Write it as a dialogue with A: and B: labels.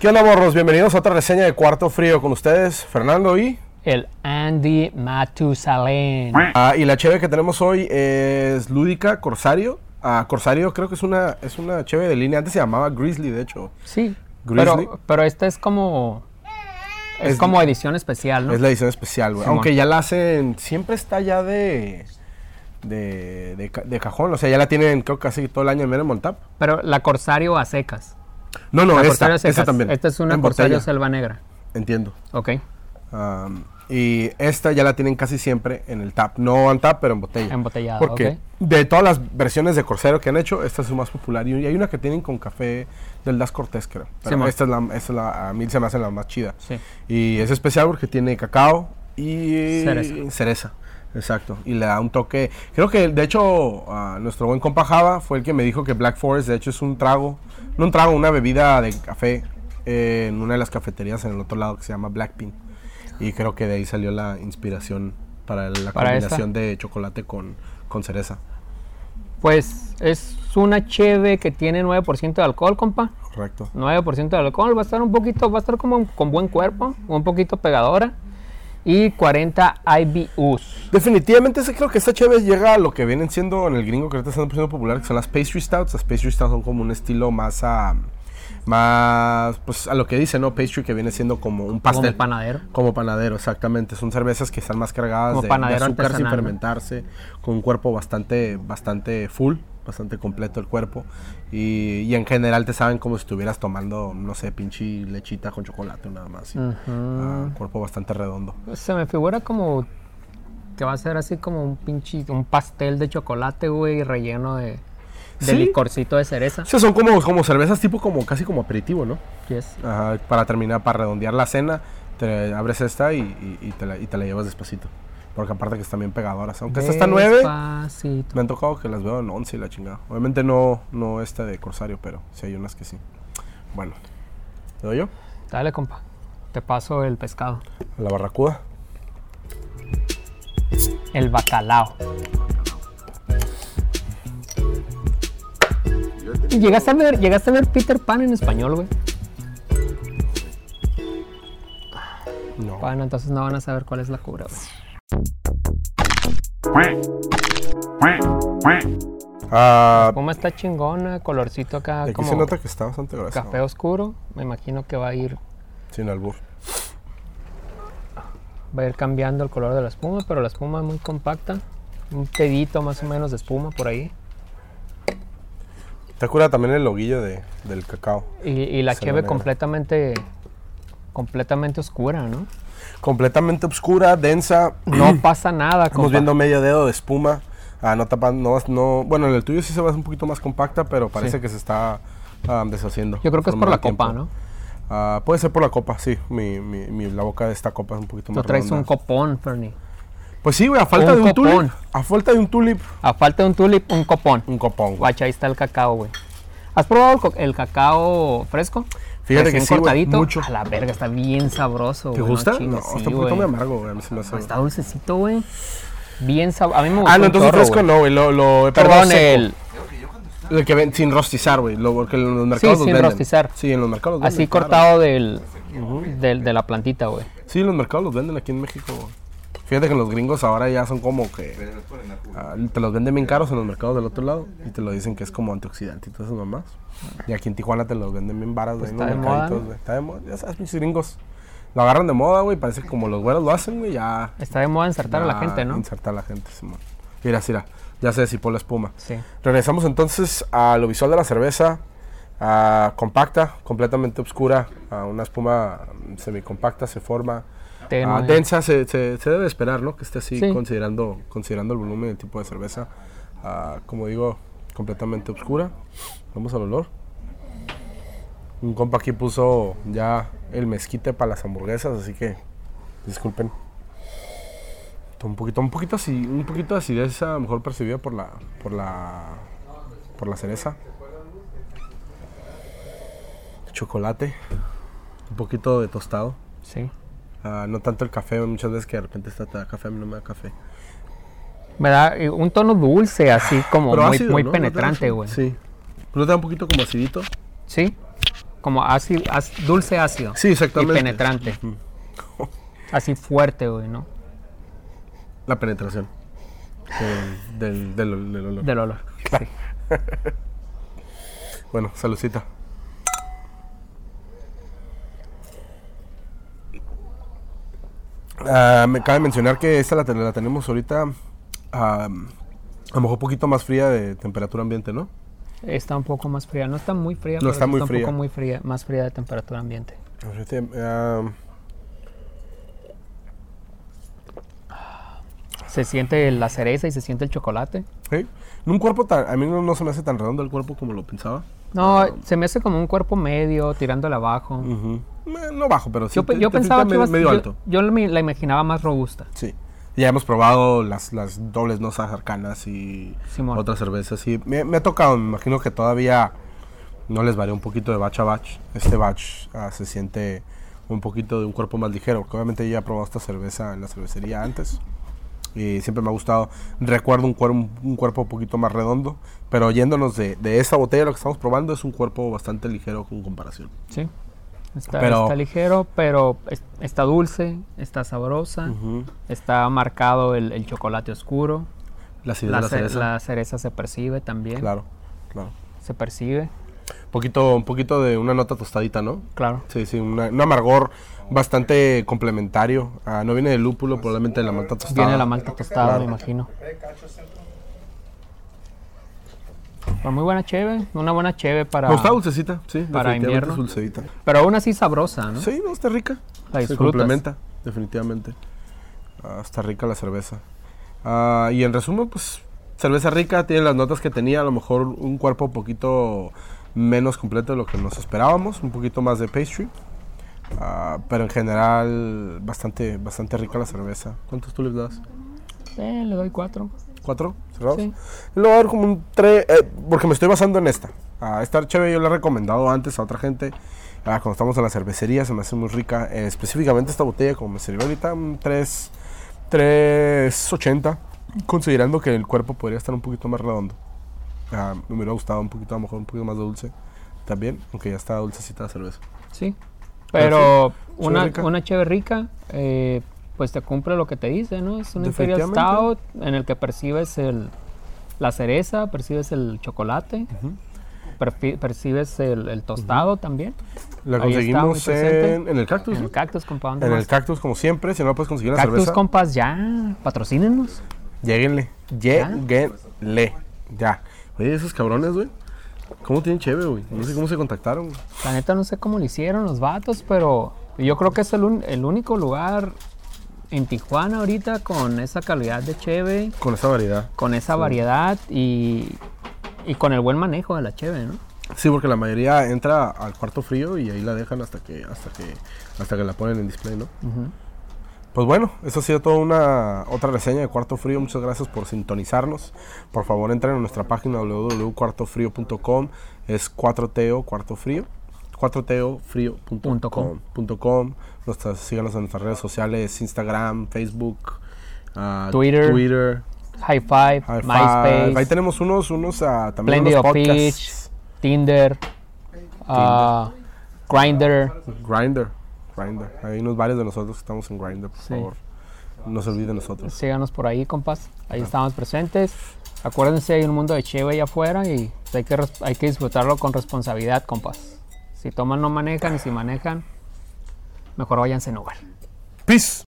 A: ¿Qué onda, morros? Bienvenidos a otra reseña de Cuarto Frío con ustedes, Fernando y...
B: El Andy Matusalén.
A: Ah, y la cheve que tenemos hoy es Lúdica Corsario. Ah, Corsario creo que es una, es una cheve de línea. Antes se llamaba Grizzly, de hecho.
B: Sí.
A: Grizzly.
B: Pero, pero esta es como. Es,
A: Es-
B: como edición especial, ¿no?
A: Es la edición especial, güey.
B: Simón.
A: Aunque ya la hacen... Siempre está ya de... De, de ca- de cajón. O sea, ya la tienen creo casi todo el año en menos en Montap.
B: Pero la Corsario a secas.
A: No, no,
B: La
A: esta,
B: Ah, Corsario a secas.
A: esta también.
B: Esta es una
A: En
B: Corsario
A: botella.
B: Selva Negra.
A: Entiendo.
B: Ok.
A: Am, y esta ya la tienen casi siempre en el tap. No en tap, pero en botella.
B: Embotellada,
A: Porque
B: ok.
A: de todas las versiones de Corsero que han hecho, esta es su más popular. Y hay una que tienen con café del Das Cortés, creo. Pero
B: Simón.
A: esta es la, esta es la, a mí se me hace la más chida.
B: Sí.
A: Y es especial porque tiene cacao y
B: Cereza.
A: cereza. Exacto. Y le da un toque. Creo que, de hecho, ah, nuestro buen compa Java fue el que me dijo que Black Forest, de hecho, es un trago. No un trago, una bebida de café eh, en una de las cafeterías en el otro lado que se llama Blackpin. Y creo que de ahí salió la inspiración para la
B: Para esta.
A: combinación de chocolate con, con cereza.
B: Pues es una cheve que tiene 9% de alcohol, compa.
A: Correcto.
B: 9% de alcohol. Va a estar un poquito, va a estar como con buen cuerpo, un poquito pegadora. Y 40 IBUs.
A: Definitivamente sí creo que esta chévere llega a lo que vienen siendo en el gringo que ahorita están siendo popular, que son las pastry stouts. Las pastry stouts son como un estilo más a más pues a lo que dice, ¿no? Pastry que viene siendo como un pastel.
B: Como panadero.
A: Como panadero, exactamente. Son cervezas que están más cargadas
B: Como
A: de, de
B: panadero
A: azúcar sin
B: artesanal, ¿no?
A: fermentarse, con un cuerpo bastante, bastante full, bastante completo el cuerpo. Y, y en general te saben como si estuvieras tomando, no sé, pinche lechita con chocolate nada más. y, ah, un cuerpo bastante redondo.
B: Pues, Se me figura como que va a ser así como un pinche, un pastel de chocolate, güey, relleno de, de
A: Sí.
B: licorcito de cereza.
A: O sea, son como, como cervezas tipo como casi como aperitivo, ¿no?
B: Yes.
A: Ajá, para terminar, para redondear la cena, te abres esta y, y- y te, la, y te la llevas despacito. Porque aparte que están bien pegadoras. Aunque esta está nueve,
B: Despacito.
A: me han tocado que las veo en 11 y la chingada. Obviamente no, no esta de Corsario, pero sí hay unas que sí. Bueno, ¿te doy yo?
B: Dale, compa. Te paso el pescado.
A: A la barracuda.
B: El bacalao. ¿Llegaste a ver, llegaste a ver Peter Pan en español, güey?
A: No.
B: Bueno, entonces no van a saber cuál es la cura, güey.
A: Ah,
B: Puma está chingona, colorcito acá
A: aquí
B: Ah, como
A: se nota que está bastante gruesa.
B: café oscuro. Me imagino que va a ir
A: Sin albur.
B: va a ir cambiando el color de la espuma, pero la espuma es muy compacta. Un pedito más o menos de espuma por ahí.
A: Te cura también el loguillo de, del cacao.
B: Y, y la
A: Se
B: cheve
A: lo negra.
B: completamente completamente oscura, ¿no?
A: Completamente oscura, densa.
B: No pasa nada,
A: Estamos
B: compa.
A: viendo medio dedo de espuma. Ah, no tapan, no, no. Bueno, en el tuyo sí se va un poquito más compacta, pero parece
B: Sí.
A: que se está ah, deshaciendo.
B: Yo creo que es por
A: conforme
B: la
A: el tiempo.
B: copa, ¿no?
A: Ah, puede ser por la copa, sí. Mi, mi- mi- la boca de esta copa es un poquito
B: Tú
A: más
B: traes
A: redonda.
B: un copón, Fernie.
A: Pues sí, güey, a falta
B: un
A: de un tulip.
B: copón.
A: A falta de un tulip,
B: A falta de un tulip, un copón.
A: un copón. güey.
B: Guacha, ahí está el cacao, güey. ¿Has probado el, co- el cacao fresco?
A: Fíjate
B: Recién
A: que sí, güey,
B: cortadito.
A: mucho.
B: A la verga, está bien sabroso,
A: ¿Te
B: güey, no
A: gusta? No,
B: chingues, sí,
A: está un poquito
B: güey.
A: muy amargo, güey. A mí se me hace.
B: Está dulcecito, güey. Bien sabroso. A mí me gusta
A: Ah, no, entonces fresco no, güey. Lo, lo he probado
B: Perdón,
A: seco.
B: el,
A: El que ven sin rostizar, güey. Lo, porque en los mercados los
B: sin
A: venden.
B: rostizar.
A: Sí, en los mercados los
B: Así
A: venden, claro.
B: cortado del, del- de la plantita, güey.
A: Sí, los mercados los venden aquí en México. güey. Fíjate que los gringos ahora ya son como que ah, te los venden bien caros en los mercados del otro lado y te lo dicen que es como antioxidante y todas esas mamás. Y aquí en Tijuana te los venden bien baratos güey, en los
B: Pues está de moda,
A: mercaditos,
B: ¿no?
A: güey. Está de moda, ya sabes, pinches gringos. Lo agarran de moda, güey, parece que como los güeros lo hacen, güey, ya...
B: Está de moda insertar a la
A: ya
B: gente, ¿no?
A: Insertar a la gente, Simón. Mira, mira, ya se disipó la espuma.
B: Sí.
A: Regresamos entonces a lo visual de la cerveza, a compacta, completamente oscura, a una espuma mm, semicompacta, se forma.
B: Tenue.
A: Ah, densa, se, se- se debe esperar, ¿no? Que esté así,
B: Sí.
A: considerando, considerando el volumen y el tipo de cerveza. Ah, como digo, completamente oscura. Vamos al olor. Un compa aquí puso ya el mezquite para las hamburguesas, así que disculpen. Está Un poquito, un poquito así, un poquito de acidez a lo mejor percibida por la, por la, por la cereza. Chocolate, un poquito de tostado.
B: Sí.
A: Ah, no tanto el café, muchas veces que de repente está te da café, a mí no me da café.
B: Me da eh, un tono dulce, así como muy,
A: ácido,
B: muy
A: ¿no? ¿No te da
B: penetrante,
A: eso?
B: güey.
A: sí. ¿No te da un poquito como acidito?
B: Sí. como ácido, ac- dulce ácido.
A: Sí,
B: Y
A: exactamente.
B: penetrante. Así fuerte, güey, ¿no?
A: La penetración del, del, del- del olor.
B: Del olor. Sí.
A: Bueno, saludcita. Ah, me cabe mencionar que esta la, ten- la tenemos ahorita ah, a lo mejor un poquito más fría de temperatura ambiente, ¿no?
B: Está un poco más fría. No está muy fría,
A: No
B: pero
A: está
B: sí
A: muy
B: un
A: fría.
B: poco muy fría, más fría de temperatura ambiente.
A: Ahorita, ah,
B: Se siente la cereza y se siente el chocolate.
A: sí. En un cuerpo tan, a mí no, no se me hace tan redondo el cuerpo como lo pensaba.
B: No, se me hace como un cuerpo medio, tirándole abajo.
A: Ujú. Eh, No bajo, pero sí.
B: yo pe-
A: te-
B: yo
A: te
B: pensaba
A: sienta
B: que
A: me-
B: iba a-
A: medio
B: yo-
A: alto.
B: Yo, me la imaginaba más robusta.
A: Sí. Ya hemos probado las, las dobles no arcanas y
B: Simón.
A: otras cervezas. Sí, me, me ha tocado, me imagino que todavía no les varía un poquito de batch a batch. Este batch ah, se siente un poquito de un cuerpo más ligero, porque obviamente ya he probado esta cerveza en la cervecería antes. Y siempre me ha gustado. Recuerdo un, cuer- un cuerpo un poquito más redondo. Pero yéndonos de, de esta botella, lo que estamos probando es un cuerpo bastante ligero con comparación.
B: Sí. Está,
A: Pero-
B: está ligero, pero es- está dulce, está sabrosa, está marcado el, el chocolate oscuro.
A: La acidez
B: La,
A: de la
B: ce-
A: cereza.
B: la cereza se percibe también.
A: Claro, claro.
B: Se percibe,
A: Poquito, un poquito de una nota tostadita, ¿no?
B: claro.
A: Sí, sí, una- un amargor bastante complementario. Ah, no viene del lúpulo, probablemente de la malta tostada.
B: Viene la malta tostada,
A: Claro.
B: me imagino. Pero Pues muy buena cheve, una buena cheve para...
A: No, está dulcecita, sí.
B: para
A: definitivamente
B: invierno.
A: es dulcedita.
B: Pero aún así sabrosa, ¿no?
A: Sí, no, está rica.
B: La
A: Se
B: disfrutas.
A: complementa, definitivamente. Ah, está rica la cerveza. Ah, y en resumen, pues, cerveza rica, tiene las notas que tenía, a lo mejor un cuerpo un poquito menos completo de lo que nos esperábamos, un poquito más de pastry. Ah, pero en general, bastante, bastante rica la cerveza. ¿Cuántos tú le das?
B: Eh, le doy cuatro.
A: ¿Cuatro? ¿Cerrados?
B: Sí.
A: Le voy a dar como un tres, eh, porque me estoy basando en esta. A esta chévere yo la he recomendado antes a otra gente. Ah, cuando estamos en la cervecería se me hace muy rica. Eh, específicamente esta botella, como me sirvió ahorita, un 3, 380. Considerando que el cuerpo podría estar un poquito más redondo. Ah, me hubiera gustado un poquito, a lo mejor un poquito más dulce. También, aunque ya está dulcecita la cerveza.
B: Sí.
A: Pero
B: Pero
A: Ah, sí,
B: una,
A: cheve rica.
B: una cheve rica, eh, pues te cumple lo que te dice, ¿no? Es un Imperial Stout
A: Definitivamente.
B: en el que percibes el, la cereza, percibes el chocolate, perfi- percibes el, el tostado también.
A: La
B: Ahí está, muy
A: conseguimos
B: presente.
A: en, en el cactus.
B: En
A: ¿no?
B: el Cactus Compound.
A: En el
B: Master.
A: cactus, como siempre. Si no la puedes conseguir la
B: Cactus
A: cerveza.
B: Compas, ya, patrocínenos.
A: Lléguenle. Lléguenle. Ya. Oye, esos cabrones, güey. ¿Cómo tienen chévere, güey? No sé cómo se contactaron. güey.
B: La neta no sé cómo lo hicieron los vatos, pero yo creo que es el, un- el único lugar en Tijuana ahorita con esa calidad de cheve,
A: Con esa variedad.
B: con esa variedad y, y con el buen manejo de la cheve, ¿no?
A: Sí, porque la mayoría entra al cuarto frío y ahí la dejan hasta que, hasta que, hasta que la ponen en display, ¿no? Pues bueno, eso ha sido toda una otra reseña de Cuarto Frío. Muchas gracias por sintonizarnos. Por favor, entren a nuestra página www.cuartofrío.com. Es 4TO Cuarto Frío. 4TOfrío.com.
B: com.
A: punto com. Nuestras, síganos en nuestras redes sociales, Instagram, Facebook, ah,
B: Twitter.
A: Twitter
B: High
A: High
B: Five,
A: Five.
B: MySpace,
A: Ahí tenemos unos, unos ah, también
B: Plenty
A: unos
B: of
A: podcasts.
B: Tinder, ah, Grindr.
A: Grinder. Grinder. Hay unos varios de nosotros que estamos en Grinder, por
B: Sí.
A: favor. No se olviden de nosotros.
B: Síganos por ahí, compas. Ahí estamos presentes. Acuérdense, hay un mundo de cheve allá afuera y hay que, res- hay que disfrutarlo con responsabilidad, compas. Si toman, no manejan y si manejan, mejor váyanse en lugar.
A: Peace.